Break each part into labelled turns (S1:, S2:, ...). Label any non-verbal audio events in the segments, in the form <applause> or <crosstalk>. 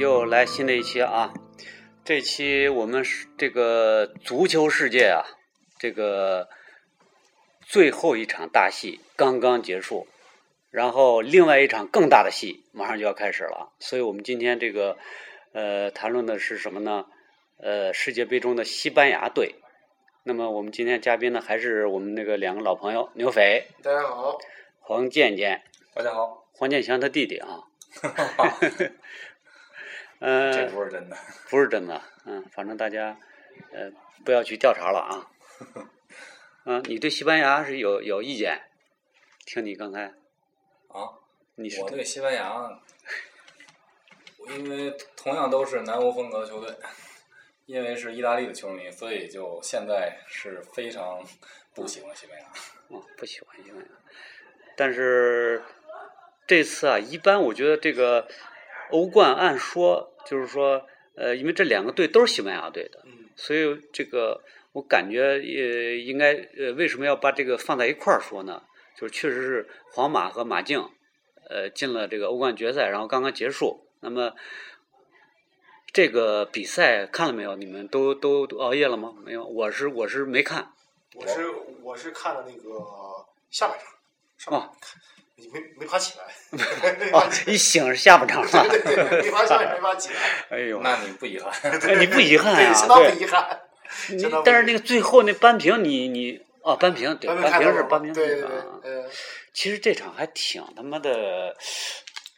S1: 又来新的一期啊！这期我们是这个足球世界啊，这个最后一场大戏刚刚结束，然后另外一场更大的戏马上就要开始了。所以我们今天这个呃谈论的是什么呢？呃，世界杯中的西班牙队。那么我们今天嘉宾呢，还是我们那个两个老朋友牛匪、
S2: 大家好，
S1: 黄健健、
S3: 大家好，
S1: 黄健翔他弟弟
S3: <laughs>
S1: 啊。
S3: 这
S1: 呃，
S3: 不是真的，
S1: 不是真的，嗯，反正大家呃不要去调查了
S3: <laughs>
S1: 啊。嗯、你对西班牙是有有意见？听你刚才，
S3: 啊，
S1: 你是
S3: 我对西班牙，因为同样都是南欧风格的球队，因为是意大利的球迷，所以就现在是非常不喜欢西班牙。
S1: 哦，不喜欢西班牙，但是这次啊，一般我觉得这个欧冠按说就是说，呃，因为这两个队都是西班牙队的，
S2: 嗯，
S1: 所以这个我感觉呃应该呃为什么要把这个放在一块儿说呢？就是确实是皇马和马竞，呃进了这个欧冠决赛，然后刚刚结束。那么这个比赛看了没有？你们都都都熬夜了吗？没有，我是我是没看。
S2: 我是我是看了那个下半场，上
S1: 啊
S2: 半场看没没爬起来，
S1: <laughs>
S2: 没
S1: 哦
S2: 爬起，
S1: 一醒是下半场了。
S2: 来，对对对，没爬起来，没爬起来，
S1: 哎呦，
S3: 那你不遗憾？ <laughs>
S1: 哎你不遗憾
S2: 对，
S1: 啊？
S2: 相当
S1: 对
S2: 不，遗憾。
S1: 你
S2: 相当不
S1: 但是那个最后那扳平你，你哦，扳平对，
S2: 咱们
S1: 扳
S2: 看到
S1: 平是
S2: 了
S1: 扳平
S2: 对对
S1: 那
S2: 对
S1: 个啊，
S2: 呃，
S1: 其实这场还挺他妈的，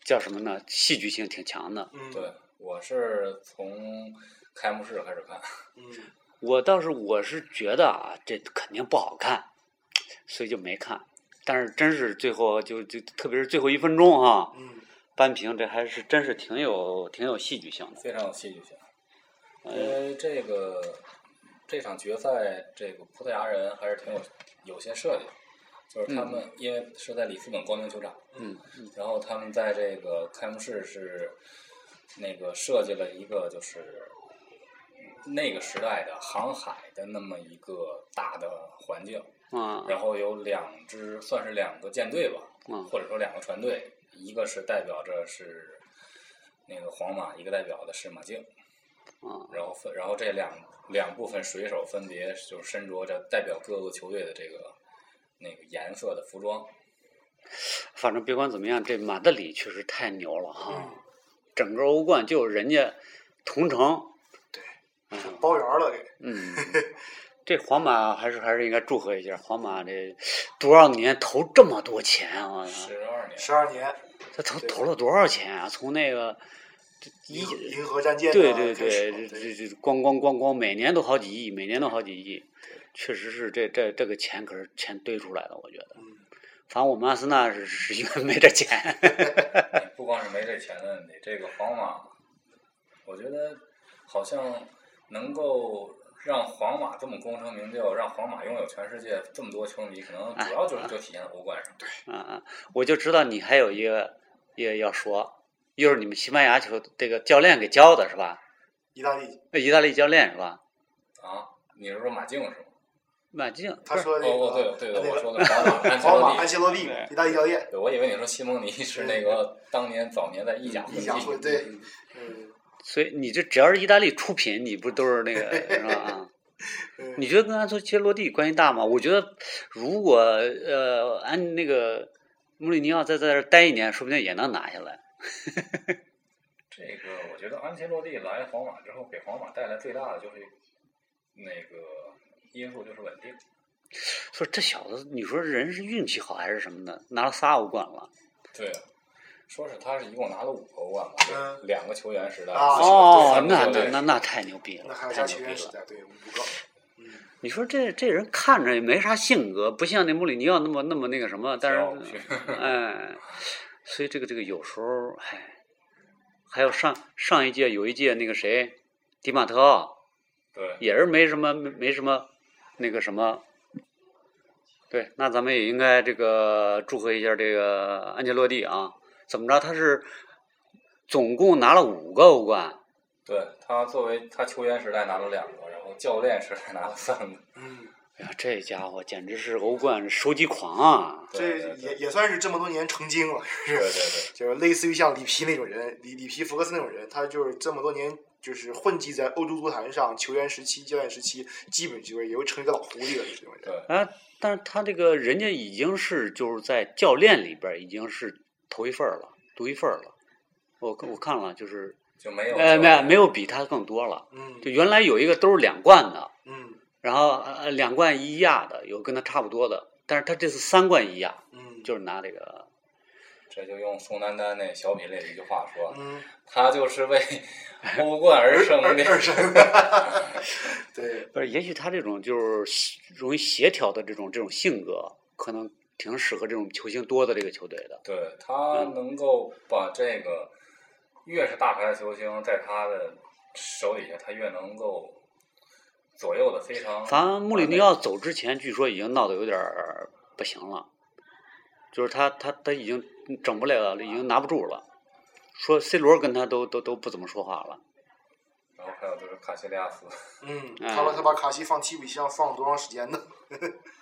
S1: 叫什么呢？戏剧性挺强的。
S2: 嗯，
S3: 对，我是从开幕式开始看，
S2: 嗯，
S1: 我倒是我是觉得啊，这肯定不好看，所以就没看。但是真是最后就就特别是最后一分钟啊，
S2: 嗯，
S1: 扳平这还是真是挺有挺有戏剧性的。
S3: 非常有戏剧性。因为这个这场决赛，这个葡萄牙人还是挺有有些设计的，就是他们因为是在里斯本光明球场，
S1: 嗯，
S3: 然后他们在这个开幕式是那个设计了一个就是那个时代的航海的那么一个大的环境，
S1: 啊
S3: 然后有两支算是两个舰队吧，
S1: 嗯
S3: 或者说两个船队，一个是代表着是那个皇马，一个代表的是马竞，
S1: 啊
S3: 然后分然后这两两部分水手分别就是身着着代表各个球队的这个那个颜色的服装，
S1: 反正别管怎么样，这马德里确实太牛了哈、
S2: 嗯
S1: 整个欧冠就有人家同城，
S2: 对，
S1: 嗯
S2: 包圆了给，
S1: 嗯，这皇马还是还是应该祝贺一下，皇马这多少年投这么多钱啊！
S3: 十二年。
S2: 十二年
S1: 他投
S2: 对
S1: 投了多少钱啊？从那个这一
S2: 银河银河战舰啊
S1: 对对
S2: 开始
S1: 对，这
S2: 对，
S1: 这这咣咣咣咣，每年都好几亿，每年都好几亿，确实是这这这个钱可是钱堆出来的，我觉得。
S2: 嗯，
S1: 反正我们阿森纳是是因为没这钱， <laughs>
S3: 不光是没这钱的问题，这个皇马，我觉得好像能够让皇马这么功成名就，让皇马拥有全世界这么多球迷，可能主要就是就体现在欧冠
S1: 啊
S3: 上。
S1: 啊！我就知道你还有一个也要说，又是你们西班牙球这个教练给教的是吧？
S2: 意大利，
S1: 那意大利教练是吧？
S3: 啊，你是说马竞是吗？
S1: 马竞
S2: 他说那
S3: 哦，哦
S2: 个，
S3: 对对对，
S2: 那
S3: 我
S2: 个
S3: 说的皇马安切
S2: <laughs> 皇马
S3: 洛
S2: 安
S3: 蒂。
S2: 切洛蒂
S1: 对，
S2: 意大利教练，
S3: 对，我以为你说西蒙尼是那个当年早年在意甲混
S2: 意甲
S3: 迹
S2: 混，对，嗯，
S1: 所以你这只要是意大利出品，你不都是那个是吧？啊，
S2: 嗯
S1: 你觉得跟安切洛蒂关系大吗？我觉得如果呃安那个穆里尼奥再在这儿待一年，说不定也能拿下来。
S3: 这个我觉得安切洛蒂来皇马之后，给皇马带来最大的就是那个因素就是稳定。
S1: 说这小子，你说人是运气好还是什么的？拿了仨欧冠了，
S3: 对，啊说是他是一共拿了五个欧冠吧，
S2: 嗯
S3: 两个球员时代。
S2: 啊
S1: 哦
S3: 三，个
S1: 那
S3: 球
S1: 那
S3: 队
S1: 那那太牛逼了，
S2: 那还有
S1: 太
S2: 加
S1: 牛
S2: 球
S1: 逼
S2: 员时
S1: 了！
S2: 代，对，五个，嗯，
S1: 你说这这人看着也没啥性格，不像那穆里尼奥那么那么那个什么，但是
S3: 骄傲
S1: 哎，所以这个这个有时候，哎，还有上上一届有一届那个谁，迪马特奥
S3: <laughs> 对，
S1: 也是没什么没没什么那个什么，对，那咱们也应该这个祝贺一下这个安切洛蒂啊，怎么着他是总共拿了五个欧冠，
S3: 对他作为他球员时代拿了两个，然后教练时代拿了三个，
S2: 嗯，
S1: 哎呀，这家伙简直是欧冠收集狂啊！
S3: 对
S2: 这
S3: 对
S2: 也
S3: 对
S2: 也算是这么多年成精了，
S3: 对对对，
S2: 就是类似于像里皮那种人，里里皮福克斯那种人，他就是这么多年就是混迹在欧洲足坛上，球员时期、教练时期，基本就是也就成一个老狐狸了这种人。
S1: 啊，但是他这个人家已经是就是在教练里边儿已经是头一份儿了，独一份儿了。我我看了，就是
S3: 就没有
S1: 呃没有没
S3: 有
S1: 有比他更多了。
S2: 嗯
S1: 就原来有一个都是两冠的，
S2: 嗯
S1: 然后呃两冠一亚的有跟他差不多的，但是他这次三冠一亚，
S2: 嗯，
S1: 就是拿这个
S3: 这就用宋丹丹那小品里的一句话说，
S2: 嗯
S3: 他就是为欧冠而生
S2: <laughs>
S3: 的。
S2: 二神，对，
S1: 不是，也许他这种就是协容易协调的这种这种性格，可能挺适合这种球星多的这个球队的。
S3: 对他能够把这个越是大牌的球星，在他的手底下，他越能够左右的非常。
S1: 反正穆里尼奥走之前，据说已经闹得有点儿不行了，就是他他他已经整不来了，已经拿不住了。说 C 罗跟他都都都不怎么说话了，
S3: 然后还有就是卡西利亚斯，
S2: 嗯，
S1: 哎
S2: 他把他把卡西放替补席上放了多长时间呢？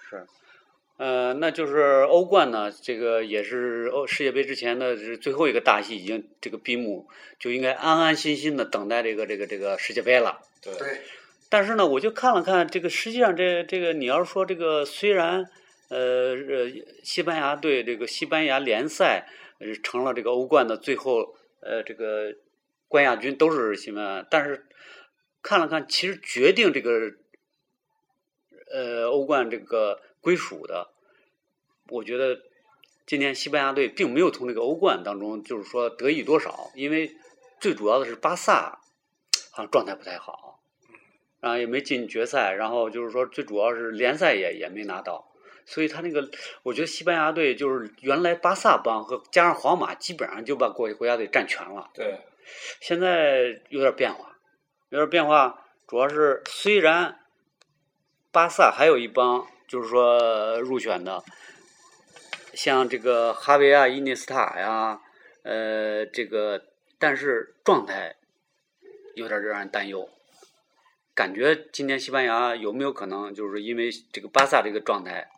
S2: <laughs>
S1: 呃，那就是欧冠呢，这个也是欧世界杯之前的是最后一个大戏，已经这个闭幕，就应该安安心心的等待这个这个这个世界杯了。
S3: 对
S2: 对，
S1: 但是呢，我就看了看这个，实际上这这个你要是说这个，虽然呃呃，西班牙队这个西班牙联赛、呃、成了这个欧冠的最后呃这个冠亚军都是西班牙，但是看了看，其实决定这个呃欧冠这个归属的，我觉得今年西班牙队并没有从这个欧冠当中就是说得益多少，因为最主要的是巴萨好像状态不太好。然啊后也没进决赛，然后就是说最主要是联赛也也没拿到，所以他那个我觉得西班牙队就是原来巴萨帮和加上皇马基本上就把国国家队占全了，
S3: 对
S1: 现在有点变化，有点变化，主要是虽然巴萨还有一帮就是说入选的，像这个哈维啊、伊涅斯塔呀，呃，这个但是状态有点儿让人担忧，感觉今年西班牙有没有可能就是因为这个巴萨这个状态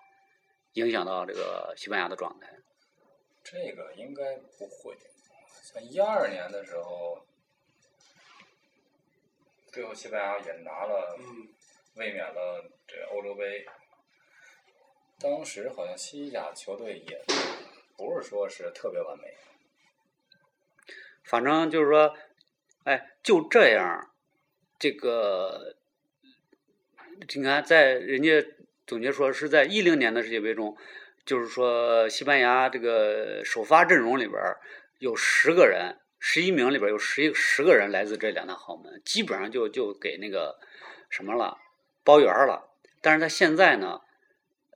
S1: 影响到这个西班牙的状态？
S3: 这个应该不会。像一二年的时候，最后西班牙也拿了
S2: 嗯
S3: 卫冕了这个欧洲杯。当时好像西甲球队也不是说是特别完美，
S1: 反正就是说，哎，就这样儿，这个你看，在人家总结说是在一零年的世界杯中，就是说西班牙这个首发阵容里边儿有十个人，十一名里边儿有十一十个人来自这两大豪门，基本上就就给那个什么了包圆儿了。但是他现在呢，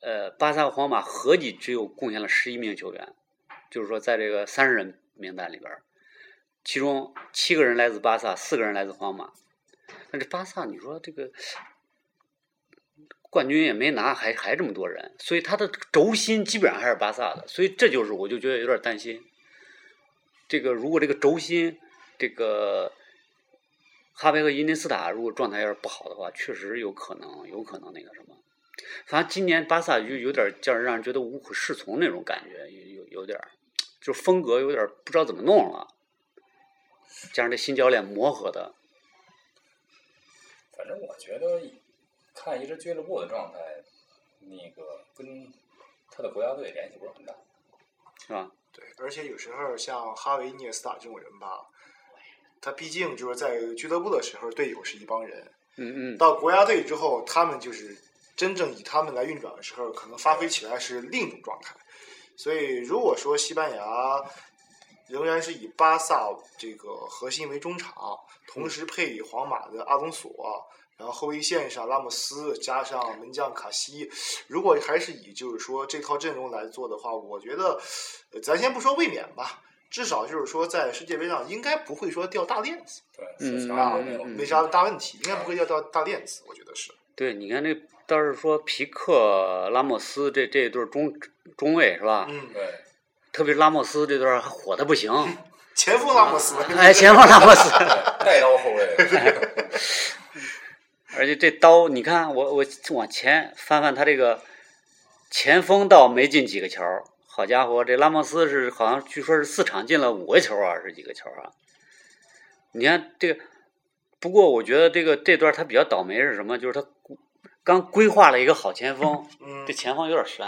S1: 呃，巴萨、皇马合计只有贡献了十一名球员，就是说在这个三十人名单里边儿，其中七个人来自巴萨，四个人来自皇马。但是巴萨，你说这个冠军也没拿，还还这么多人，所以他的轴心基本上还是巴萨的，所以这就是我就觉得有点担心。这个如果这个轴心，这个哈维和伊涅斯塔如果状态要是不好的话，确实有可能有可能那个什么。反正今年巴萨就有点叫人让人觉得无可适从那种感觉，有有有点儿，就风格有点儿不知道怎么弄了。加上这新教练磨合的，
S3: 反正我觉得看一支俱乐部的状态，那个跟他的国家队联系不是很大。
S1: 是吧？
S2: 对，而且有时候像哈维、涅斯塔这种人吧，他毕竟就是在俱乐部的时候，队友是一帮人，
S1: 嗯嗯，
S2: 到国家队之后，他们就是真正以他们来运转的时候，可能发挥起来是另一种状态。所以，如果说西班牙仍然是以巴萨这个核心为中场，同时配以皇马的阿隆索，然后后卫线上拉莫斯加上门将卡西，如果还是以就是说这套阵容来做的话，我觉得，呃咱先不说卫冕吧。至少就是说，在世界杯上应该不会说掉大链子
S3: 对，
S1: 嗯
S3: 四
S2: 啊
S3: 强都没有，
S1: 嗯
S2: 没啥大问题，应该不会掉大大链子，我觉得是。
S1: 对，你看这倒是说皮克、拉莫斯这这一对中中卫是吧？
S2: 嗯，
S3: 对，
S1: 特别是拉莫斯这段还火的不行，
S2: <laughs>
S1: <laughs>
S2: 前啊锋拉莫斯，
S1: 哎，前锋拉莫斯，
S3: 带刀后卫，
S1: 而且这刀，你看我我往前翻翻，他这个前锋倒没进几个球儿，好家伙，这拉莫斯是好像据说是四场进了五个球啊，是几个球啊？你看这个，不过我觉得这个这段他比较倒霉是什么？就是他刚规划了一个好前锋，
S2: 嗯
S1: 这，前锋有点悬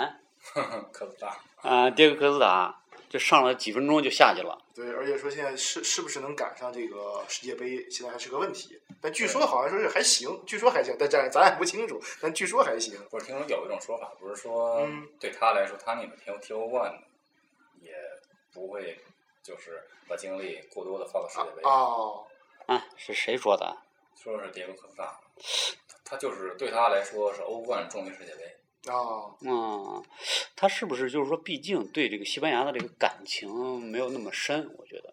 S3: <laughs> 可不大。
S1: 啊，迭戈科斯塔就上了几分钟就下去了。
S2: 对，而且说现在是是不是能赶上这个世界杯，现在还是个问题。但据说好像说是还行，据说还行，但咱咱也不清楚，但据说还行。
S3: 或者听说有一种说法，不是说
S2: 嗯
S3: 对他来说，他那个 T O T O one 也不会就是把精力过多的放到世界杯，
S2: 哦，
S1: 啊，是谁说的？
S3: 说是迭戈科斯塔，他他就是对他来说是欧冠重于世界杯。
S2: 哦，
S1: 嗯，他是不是就是说，毕竟对这个西班牙的这个感情没有那么深？我觉得，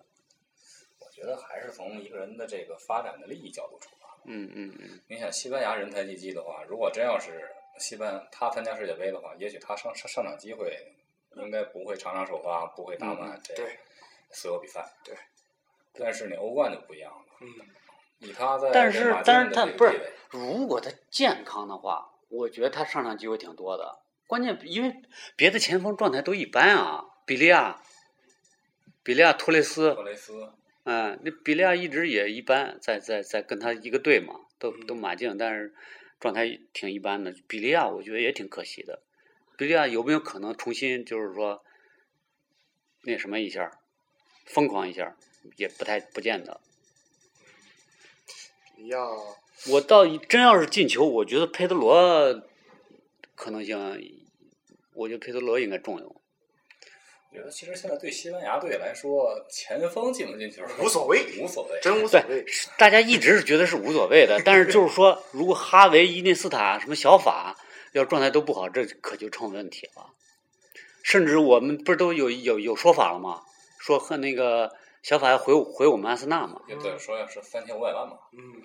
S3: 我觉得还是从一个人的这个发展的利益角度出发。
S1: 嗯嗯嗯，
S3: 你想，西班牙人才济济的话，如果真要是西班他参加世界杯的话，也许他上上上场机会应该不会常常首发，不会打满这
S2: 嗯对
S3: 所有比赛。
S2: 对，
S3: 但是你欧冠就不一样了。
S2: 嗯，
S3: 以他在
S1: 但是
S3: 人马竞
S1: 但是
S3: 的
S1: 他
S3: 这个
S1: 不
S3: 地
S1: 是
S3: 位，
S1: 如果他健康的话，我觉得他上场机会挺多的。关键因为别的前锋状态都一般啊，比利亚、比利亚托雷斯
S3: 托，雷斯，
S1: 嗯，那比利亚一直也一般，在在在跟他一个队嘛，都都马竞，但是状态挺一般的。比利亚我觉得也挺可惜的，比利亚有没有可能重新就是说那什么一下，疯狂一下，也不太不见得。
S2: 你要
S1: 我倒真要是进球，我觉得佩德罗可能性，我觉得佩德罗应该重用。
S3: 我觉得其实现在对西班牙队来说，前锋进不进球
S2: 无所谓
S3: 无所谓。
S2: 真无所
S1: 对
S2: 谓，，
S1: 是大家一直是觉得是无所谓的，但是就是说，如果哈维、伊涅斯塔、什么小法要状态都不好，这可就成问题了。甚至我们不是都有有有说法了吗？说和那个小法要回回我们阿森纳嘛，
S3: 也对，说要是三千五百万嘛，
S2: 嗯，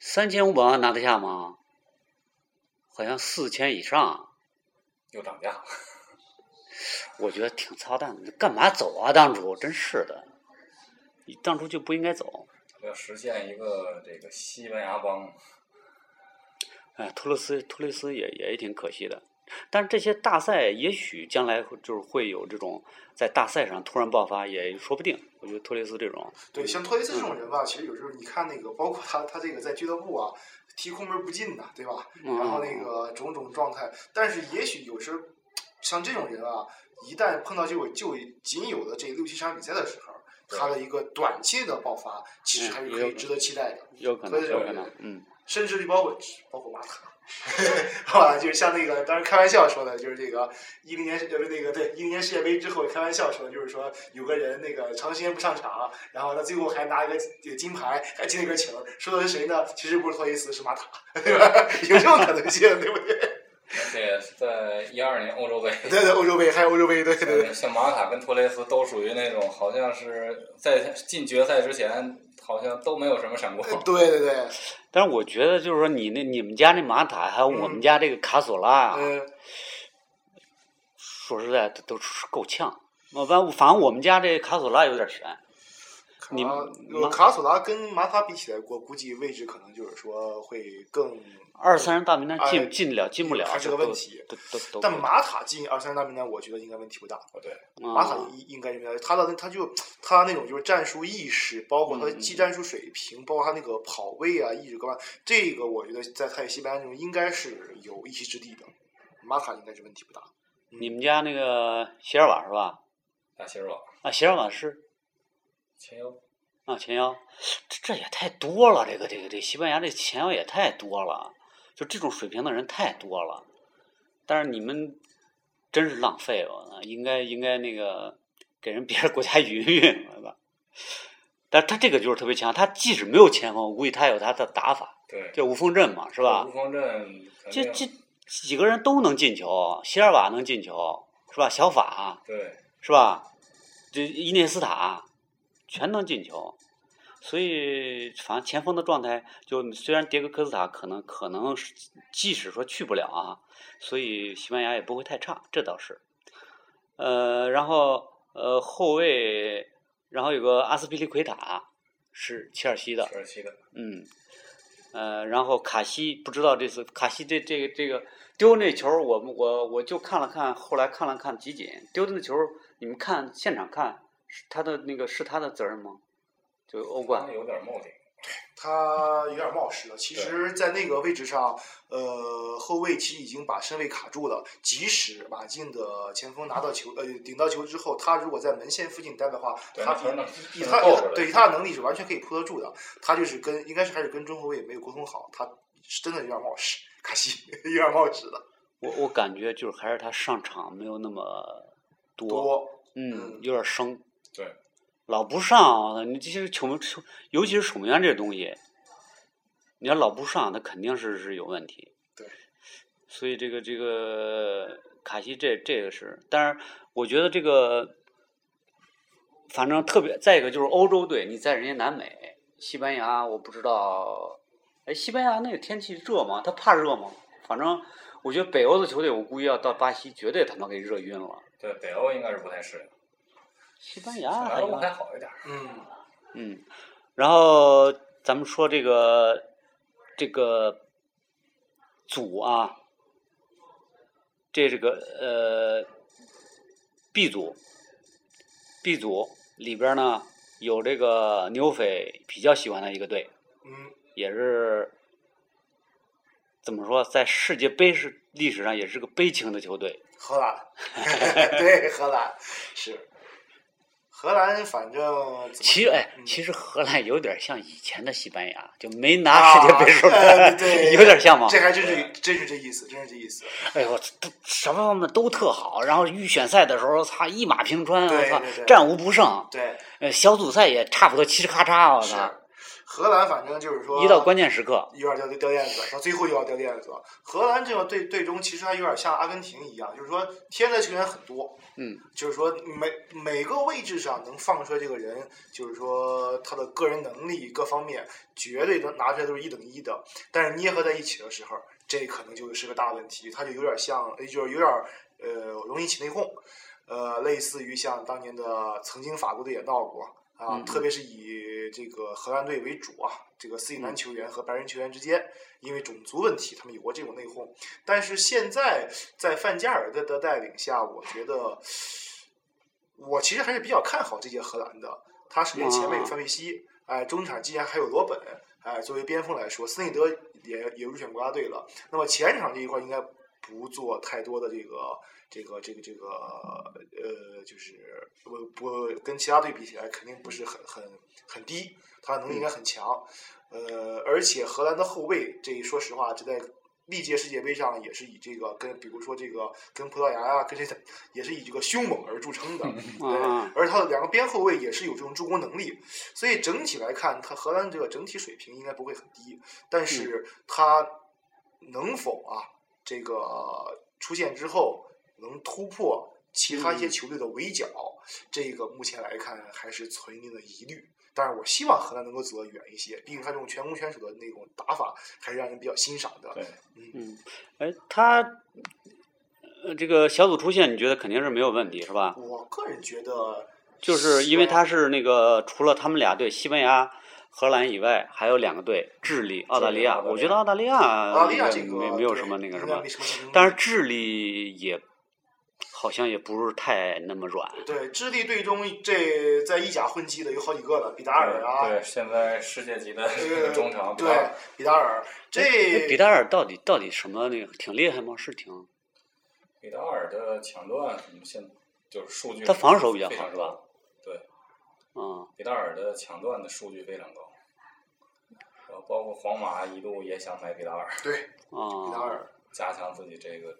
S1: 三千五百万拿得下吗？好像四千以上，
S3: 又涨价。
S1: 我觉得挺操蛋的。干嘛走啊？当初真是的，你当初就不应该走。
S3: 要实现一个这个西班牙帮，
S1: 哎，托雷斯，托雷斯也也挺可惜的。但是这些大赛也许将来会就是会有这种在大赛上突然爆发，也说不定。我觉得托雷斯这种，
S2: 对，像托雷斯这种人吧，其实有时候你看那个，包括他他这个在俱乐部啊，踢空门不进呐、对吧？
S1: 嗯
S2: 然后那个种种状态，但是也许有时候像这种人啊，一旦碰到这种就仅有的这六七场比赛的时候，
S3: 对
S2: 他的一个短期的爆发，其实还是可以值得期待的。
S1: 有可能，
S2: 对
S1: 有
S2: 对
S1: 可
S2: 对
S1: 能，嗯，
S2: 甚至就包括包括瓦特， <laughs> 啊，就是像那个当时开玩笑说的，就是这个一零年世界杯那个对一零年世界杯之后开玩笑说，就是说有个人那个长时间不上场，然后他最后还拿一个金金牌，还进了一个球，说的是谁呢？其实不是托雷斯，是马塔， <laughs> 对吧？有这种可能性，对不对？
S3: 而且在一二年欧洲杯，
S2: <laughs> 对对，欧洲杯还有欧洲杯，对对对，
S3: 像马塔跟托雷斯都属于那种好像是在进决赛之前，好像都没有什么闪光。
S2: 呃对对对，
S1: 但是我觉得就是说你那你们家那马塔还有我们家这个卡索拉啊，
S2: 嗯，
S1: 说实在都都是够呛。我反反正我们家这卡索拉有点悬，
S2: 卡
S1: 你
S2: 呃卡索拉跟马塔比起来，我估计位置可能就是说会更
S1: 二三人大名单
S2: 哎
S1: 进进得了进不了，
S2: 还是个
S1: 都
S2: 问题
S1: 都都啊都。
S2: 但马塔进二三大名单，我觉得应该问题不大。
S3: 哦，对，
S2: 马塔
S1: 嗯
S2: 应应该应该，他的他就他那种就是战术意识，包括他的
S1: 嗯嗯
S2: 技战术水平，包括他那个跑位啊，意识各方面，这个我觉得在在西班牙中应该是有一席之地的。马塔应该是问题不大。
S1: 你们家那个席尔瓦是吧？
S3: 大西尔瓦、
S1: 啊，席尔瓦是
S3: 前腰，
S1: 啊，前腰，这这也太多了，这个这个这西班牙这前腰也太多了，就这种水平的人太多了。但是你们真是浪费了，应该应该那个给人别的国家匀匀了吧。但他这个就是特别强，他即使没有前锋，我估计他有他的打法，
S3: 对，
S1: 叫无锋阵嘛，是吧
S3: 无？锋阵肯
S1: 这
S3: 定
S1: 这几个人都能进球，席尔瓦能进球，是吧？小法
S3: 对，
S1: 是吧？这伊涅斯塔全能进球，所以反正前锋的状态，就虽然迭戈科斯塔可能可能是即使说去不了啊，所以西班牙也不会太差，这倒是。呃，然后呃后卫，然后有个阿斯皮利奎塔是切尔西的，
S3: 切尔西的
S1: 嗯，呃，然后卡西不知道这次卡西这这个这个丢那球我，们我我就看了看，后来看了看集锦丢的那球，你们看现场看，是他的那个是他的责任吗？就欧冠
S3: 有点冒顶，
S2: 他有点冒失了。其实，在那个位置上，呃，后卫其实已经把身位卡住了。即使马竞的前锋拿到球，呃，顶到球之后，他如果在门线附近待的话，
S3: 对
S2: 他
S3: 那球能
S2: 以以他
S3: 能够出来
S2: 对以他的能力是完全可以扑得住的。他就是跟应该是还是跟中后卫没有沟通好，他是真的有点冒失，卡西 <laughs> 有点冒失了。
S1: 我我感觉就是还是他上场没有那么多，
S2: 多
S1: 嗯
S2: 嗯，
S1: 有点生，
S3: 对，
S1: 老不上，啊你这些球门球，尤其是守门员这东西，你要老不上，他肯定是是有问题。
S2: 对，
S1: 所以这个这个卡西这这个是，但是我觉得这个，反正特别再一个就是欧洲队，你在人家南美，西班牙我不知道，哎，西班牙那个天气热吗？他怕热吗？反正我觉得北欧的球队，我估计要到巴西，绝对他妈给热晕了。
S3: 对北欧应该是不太适应，
S1: 西班牙
S3: 可
S1: 还
S3: 能
S1: 行
S3: 不太好一点。
S2: 嗯，
S1: 嗯，然后咱们说这个这个组啊，这这个呃 B 组，B 组里边呢有这个牛匪比较喜欢的一个队，
S2: 嗯，
S1: 也是怎么说，在世界杯是历史上也是个悲情的球队。
S2: 荷兰， <laughs> 对荷兰是荷兰，反正怎么
S1: 其实，哎，
S2: 嗯
S1: 其实荷兰有点像以前的西班牙，就没拿世界杯时候，
S2: 啊呃对
S1: <laughs> 有点像嘛。
S2: 这还真是真是这意思，真是这意思。
S1: 哎呦，都什么方面都特好，然后预选赛的时候，操一马平川，我
S2: 对
S1: 操
S2: 对对
S1: 战无不胜，
S2: 对，
S1: 呃，小组赛也差不多嘁哧咔嚓，我
S2: 是
S1: 操，
S2: 荷兰，反正就是说
S1: 一到关键时刻，
S2: 有点掉掉链子，到最后又要掉链子了。荷兰这个队队中其实还有点像阿根廷一样，就是说天才球员很多，
S1: 嗯，
S2: 就是说每每个位置上能放出来这个人，就是说他的个人能力各方面绝对能拿出来都是一等一的，但是捏合在一起的时候，这可能就是个大问题，他就有点像，呃就是有点呃容易起内讧，呃，类似于像当年的曾经法国队也闹过。啊，
S1: 嗯
S2: 特别是以这个荷兰队为主啊，这个斯里
S1: 嗯
S2: 兰球员和白人球员之间，因为种族问题，他们有过这种内讧。但是现在在范加尔的的带领下，我觉得我其实还是比较看好这届荷兰的。他首先前面有范佩西，哎、中场既然还有罗本，哎、作为边锋来说，斯内德也也入选国家队了。那么前场这一块应该不做太多的这个这个这个这个呃，就是不不跟其他队比起来，肯定不是很很很低，他能力应该很强。呃，而且荷兰的后卫，这说实话，这在历届世界杯上也是以这个跟，比如说这个跟葡萄牙啊，跟这些也是以这个凶猛而著称的。
S1: 嗯
S2: 对，而他的两个边后卫也是有这种助攻能力，所以整体来看，他荷兰这个整体水平应该不会很低，
S1: 嗯
S2: 但是他能否啊这个出现之后能突破其他一些
S1: 嗯
S2: 球队的围剿，这个目前来看还是存一定的疑虑。但是我希望荷兰能够走得远一些，毕竟他这种全攻全守的那种打法还是让人比较欣赏的。
S3: 对，
S1: 嗯，哎，他呃这个小组出线，你觉得肯定是没有问题是吧？
S2: 我个人觉得，
S1: 就是因为他是那个除了他们俩队，西班牙。荷兰以外还有两个队，智利、澳大利亚。
S3: 澳大利亚
S1: 我觉得澳大利亚
S2: 澳大利亚这个
S1: 没没有
S2: 对
S1: 什么那个什
S2: 应该
S1: 么
S2: 没，什么竞争力
S1: 但是智利也好像也不是太那么软。
S2: 对，智利队中这在意甲混迹的有好几个了，比达尔啊，
S3: 对，现在世界级的这
S2: 呃
S3: 个中场，
S2: 对，比达尔
S1: 哎
S2: 这
S1: 那比达尔到底到底什么那个挺厉害吗？是挺
S3: 比达尔的抢断什么现就是数据，
S1: 他防守比较好
S3: 非常
S1: 是吧
S3: 高？对，
S1: 啊，
S3: 比达尔的抢断的数据非常高，呃，包括皇马一度也想买比达尔，
S2: 对比达
S1: 啊。
S2: 尔，
S3: 加强自己这个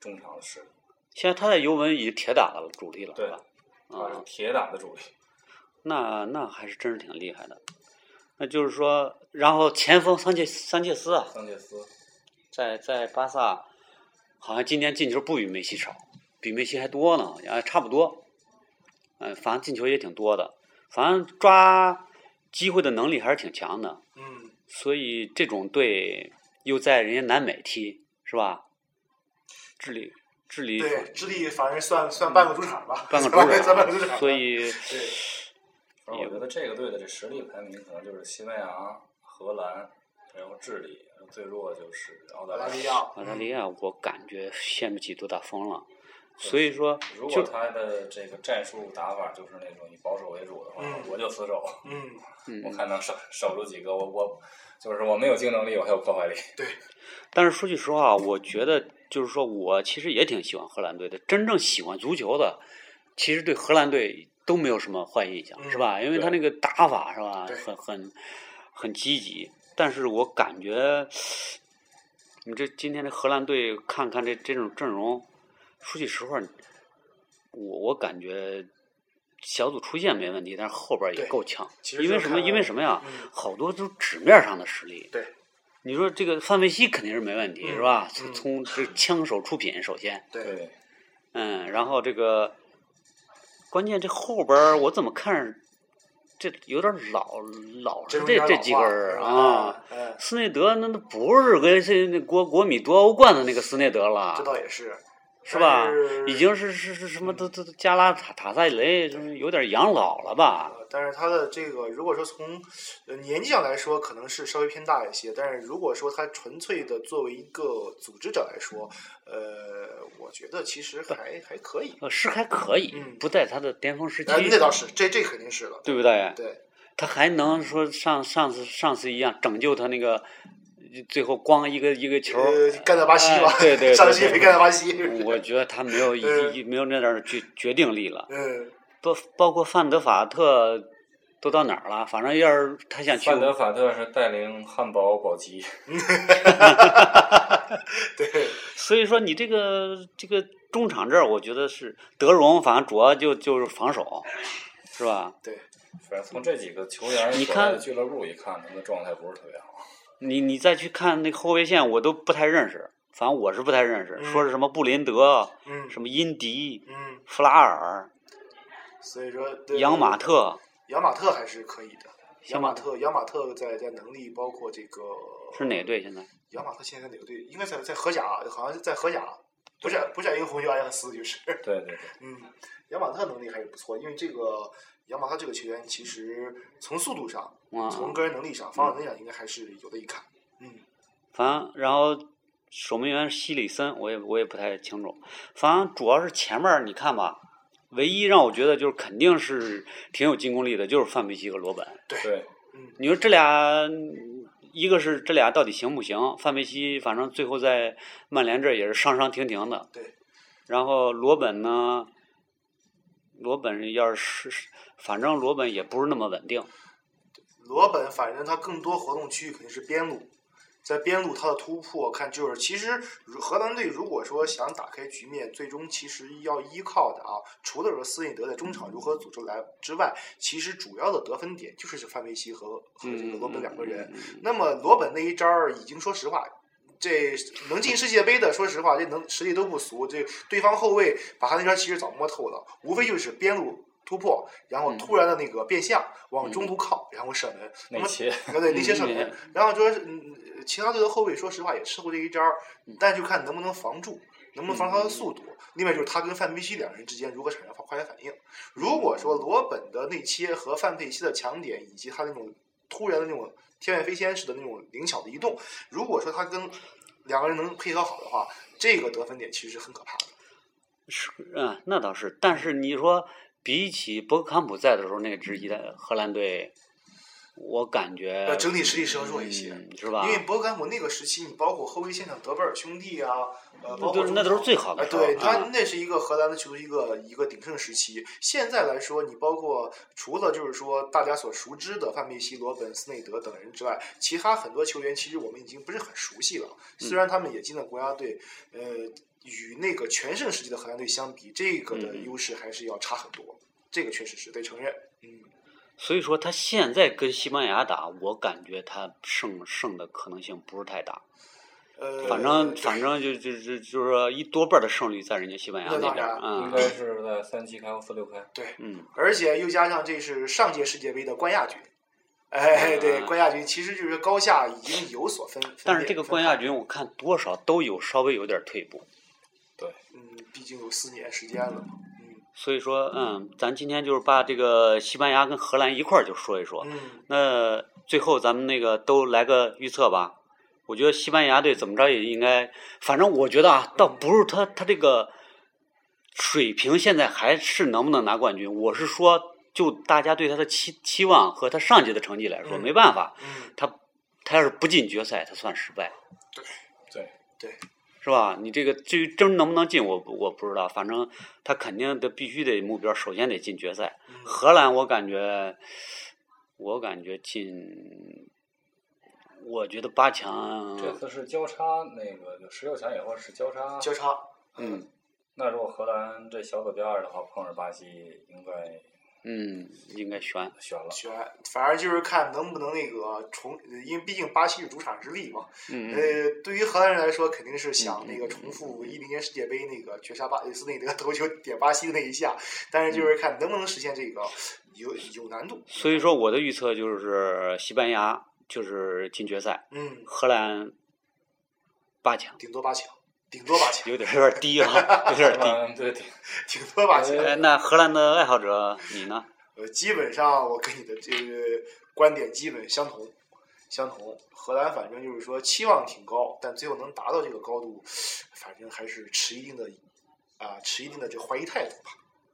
S3: 中场的实力，
S1: 现在他在尤文已经铁打了主力了，
S3: 对
S1: 是吧？
S3: 他是
S1: 啊，
S3: 铁打的主力。
S1: 那那还是真是挺厉害的。那就是说，然后前锋桑切桑切斯啊，
S3: 桑切斯
S1: 在在巴萨，好像今年进球不比梅西少，比梅西还多呢，好像哎差不多。嗯，反正进球也挺多的，反正抓机会的能力还是挺强的。
S2: 嗯，
S1: 所以这种队又在人家南美踢，是吧？智利，智利
S2: 对，智利反正算算半个主场吧，
S1: 嗯半
S2: <laughs>
S1: 个主
S2: 算半个主嗯场吧，
S1: 场，所以
S2: 对
S3: 而我觉得这个队的这实力排名可能就是西班牙、荷兰、然后智利，然后最弱就是澳大
S2: 澳大
S3: 利
S2: 利
S3: 亚。
S2: 亚，
S1: 澳大利亚我感觉掀不起多大风浪，所以说
S3: 如果
S1: 就
S3: 他的这个战术打法就是那种以保守为主的话，
S2: 嗯
S3: 我就死守，
S2: 嗯，
S1: 嗯
S3: 我，看能守守住几个。我我就是我没有竞争力，我还有破坏力。
S1: 但是说句实话，我觉得就是说我其实也挺喜欢荷兰队的。真正喜欢足球的，其实对荷兰队都没有什么坏印象，
S2: 嗯
S1: 是吧？因为他那个
S3: 对
S1: 打法是吧
S2: 对，
S1: 很很很积极。但是我感觉，你这今天的荷兰队，看看这这种阵容，说句实话，我我感觉小组出线没问题，但是后边儿也
S2: 对
S1: 够呛。
S2: 其实
S1: 因
S2: 就
S1: 为
S2: 是
S1: 什么？
S2: 看
S1: 因为什么呀？
S2: 嗯
S1: 好多都纸面上的实力。
S2: 对，
S1: 你说这个范佩西肯定是没问题，
S2: 嗯
S1: 是吧？
S2: 嗯
S1: 从从这枪手出品，首先，
S2: 对，
S3: 对，
S1: 嗯，然后这个关键这后边儿我怎么看着这有点老老是
S2: 中
S1: 这
S2: 间
S1: 这
S2: 老
S1: 几
S2: 化
S1: 个人儿啊。，
S2: 嗯，
S1: 斯内德那那不是跟是那国国米夺欧冠的那个斯内德了
S2: 这，倒也是，
S1: 是吧
S2: 但是？
S1: 已经是是是什
S2: 嗯
S1: 么都都都加拉塔塔塞雷，就是有点养老了吧？
S2: 呃但是他的这个，如果说从呃年纪上来说，可能是稍微偏大一些。但是如果说他纯粹的作为一个组织者来说，呃，我觉得其实还还可以。
S1: 呃，是还可以
S2: 嗯，
S1: 不在他的巅峰时期
S2: 哎，，那倒是，这这肯定是的。
S1: 对不对？
S2: 对，
S1: 他还能说像上次上次一样拯救他那个，最后光一个一个球儿，
S2: 呃，干掉巴西吧
S1: 哎，对对对
S2: <laughs> 上期没干掉巴西。
S1: 我觉得他没有一
S2: 嗯
S1: 一没有那点儿决决定力了。
S2: 嗯，
S1: 包包括范德法特都到哪儿了？反正要是他想去，
S3: 范德法特是带领汉堡保级，
S2: 对，
S1: 所以说你这个这个中场这儿，我觉得是德容，反正主要就就是防守，是吧？
S3: 反正从这几个球员
S1: 你
S3: 所在的
S1: 看
S3: 俱乐部一看，他们的状态不是特别好。
S1: 你你再去看那个后卫线，我都不太认识，反正我是不太认识。
S2: 嗯
S1: 说是什么布林德、
S2: 嗯
S1: 什么因迪、
S2: 嗯，
S1: 弗拉尔、
S2: 所以说对
S1: 扬马特。
S2: 养马特还是可以的。
S1: 小
S2: 养
S1: 马
S2: 马
S1: 特
S2: 特，养马特在在能力包括这个
S1: 是哪队现在？
S2: 养马特现在在哪个队？应该在在荷甲，啊好像是在荷甲，不是不是在英红就阿扬斯就是。
S3: 对对对，
S2: 嗯，养马特能力还是不错，因为这个养马特这个球员其实从速度上、
S1: 啊，
S2: 从个人能力上、防守能力上应该还是有的一看。嗯，
S1: 反正然后守门员西里森，我也我也不太清楚。反正主要是前面儿你看吧，唯一让我觉得就是肯定是挺有进攻力的，就是范佩西和罗本。
S3: 对，
S2: 嗯
S1: 你说这俩，嗯一个是这俩到底行不行？范佩西反正最后在曼联这儿也是上上停停的。
S2: 对。
S1: 然后罗本呢，罗本要是是，反正罗本也不是那么稳定。
S2: 罗本反正他更多活动区域肯定是边路，在边路他的突破看就是，其实如荷兰队如果说想打开局面，最终其实要依靠的啊，除了说斯内德在中场如何组织来之外，其实主要的得分点就是这范佩西和和这个罗本两个人。
S1: 嗯。嗯嗯嗯
S2: 那么罗本那一招儿，已经说实话，这能进世界杯的，说实话，这能实力都不俗。这对方后卫把他那招儿其实早摸透了，无非就是边路突破，然后突然的那个变向往中途靠，然后射门。
S3: 嗯内
S2: 那么
S3: 切。
S2: 啊对，那些射门
S1: 嗯。
S2: 然后说，嗯，其他队的后卫说实话也吃过这一招儿，但就看能不能防住，能不能防他的速
S1: 嗯
S2: 度。另外就是他跟范佩西两人之间如何产生化学反应。如果说罗本的内切和范佩西的抢点，以及他那种突然的那种天外飞仙似的那种灵巧的移动，如果说他跟两个人能配合好的话，这个得分点其实是很可怕的。
S1: 是，嗯，那倒是。但是你说，比起博格坎普在的时候那个支一的荷兰队，我感觉
S2: 呃，整体实力是要弱一些。
S1: 嗯是吧
S2: 因？为博格坎普那个时期，你包括后卫线上德贝尔兄弟啊，呃，
S1: 那
S2: 包括
S1: 都是那都是最好
S2: 啊，
S1: 的时候
S2: 对他
S1: 啊，
S2: 那是一个荷兰的球队一个一个鼎盛时期。现在来说，你包括除了就是说大家所熟知的范佩西、罗本、斯内德等人之外，其他很多球员其实我们已经不是很熟悉了。
S1: 嗯
S2: 虽然他们也进了国家队，呃，与那个全盛时期的荷兰队相比，这个的
S1: 嗯
S2: 优势还是要差很多。这个确实是得承认。嗯，
S1: 所以说他现在跟西班牙打，我感觉他胜胜的可能性不是太大。
S2: 呃，
S1: 反正
S2: 对
S1: 反正就就就就是说一多半的胜率在人家西班牙
S2: 那
S1: 那
S2: 当
S1: 边
S2: 然
S1: 儿，
S3: 应
S1: 嗯
S3: 该是在三七开或四六开。
S2: 对，
S1: 嗯，
S2: 而且又加上这是上届世界杯的冠亚军。哎，对，
S1: 啊
S2: 冠亚军其实就是高下已经有所分，分
S1: 但是
S2: 裂
S1: 这个
S2: 分
S1: 冠
S2: 开
S1: 亚军我看多少都有稍微有点退步。
S2: 嗯，毕竟有四年时间了嘛。嗯
S1: 所以说，嗯，咱今天就是把这个西班牙跟荷兰一块儿就说一说。
S2: 嗯
S1: 那最后咱们那个都来个预测吧。我觉得西班牙队怎么着也应该，反正我觉得啊，倒不是他他这个水平现在还是能不能拿冠军，我是说就大家对他的期期望和他上届的成绩来说，
S2: 嗯
S1: 没办法，
S2: 嗯，
S1: 他他要是不进决赛，他算失败，
S3: 对，
S1: 是吧？你这个至于真能不能进，我不我不知道，反正他肯定得必须得目标首先得进决赛。
S2: 嗯
S1: 荷兰，我感觉，我感觉进，我觉得八强，
S3: 这次是交叉那个就十六强以后是交叉。
S2: 交叉，
S1: 嗯
S3: 那如果荷兰这小组第二的话，碰上巴西应该
S1: 嗯，应该悬。
S3: 悬了。
S2: 选，反正就是看能不能那个重，因为毕竟巴西是主场之力嘛。
S1: 嗯嗯
S2: 呃，对于荷兰人来说，肯定是想那
S1: 嗯
S2: 个
S1: 嗯
S2: 重复一零年世界杯那个绝杀巴斯内德头球点巴西的那一下，但是就是看能不能实现这个，有有难度。
S1: 嗯所以说我的预测就是西班牙就是进决赛，
S2: 嗯，
S1: 荷兰八强，
S2: 顶多八强，顶多八强，
S1: 有点有点低啊，有
S3: <laughs>
S1: 点低。
S3: 嗯，对对，
S2: 顶多八强。
S1: 哎，那荷兰的爱好者你呢？
S2: 呃，基本上我跟你的这个观点基本相同，相同。荷兰反正就是说期望挺高，但最后能达到这个高度，反正还是持一定的啊、持一定的这怀疑态度吧，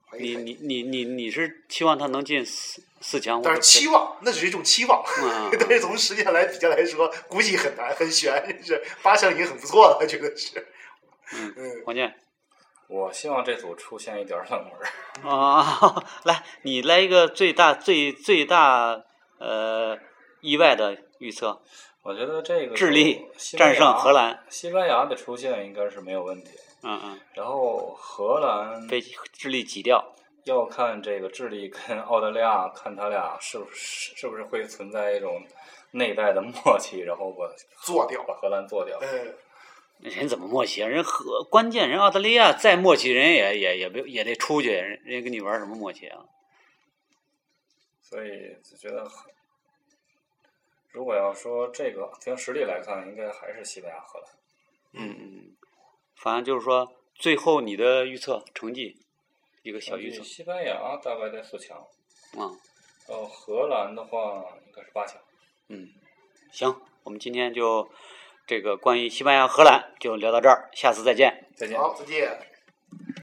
S2: 怀疑
S1: 你
S2: 态度。
S1: 你你你你是期望他能进四四强或者
S2: 但是期望那只是一种期望， <laughs>
S1: 啊
S2: 但是从实际上来比较来说，估计很难很悬，是八强已经很不错了，觉得是。
S1: 嗯
S2: 嗯，
S1: 黄健
S3: 我希望这组出现一点冷门
S1: <laughs>
S3: 儿。
S1: 啊， <laughs> 来你来一个最大最最大呃意外的预测，
S3: 我觉得这个
S1: 智利
S3: 西班
S1: 战
S3: 牙
S1: 胜荷，兰，
S3: 西班牙的出现应该是没有问题。
S1: 嗯嗯，
S3: 然后荷兰
S1: 被智利挤掉，
S3: 要看这个智利跟澳大利亚，看他俩是不是是不是会存在一种内在的默契，然后把
S2: 做掉
S3: 把荷兰做掉。
S2: 嗯，
S1: 人怎么默契啊？人和关键人澳大利亚再默契，人也也也不也得出去，人人家跟你玩什么默契啊？
S3: 所以就觉得很，如果要说这个凭实力来看，应该还是西班牙、荷兰。
S1: 嗯嗯，反正就是说，最后你的预测成绩，一个小预测
S3: 呃西班牙大概在四强，
S1: 啊、
S3: 呃，荷兰的话应该是八强。
S1: 嗯，行，我们今天就这个关于西班牙、荷兰就聊到这儿，下次再见。
S3: 再见。
S2: 好，再见。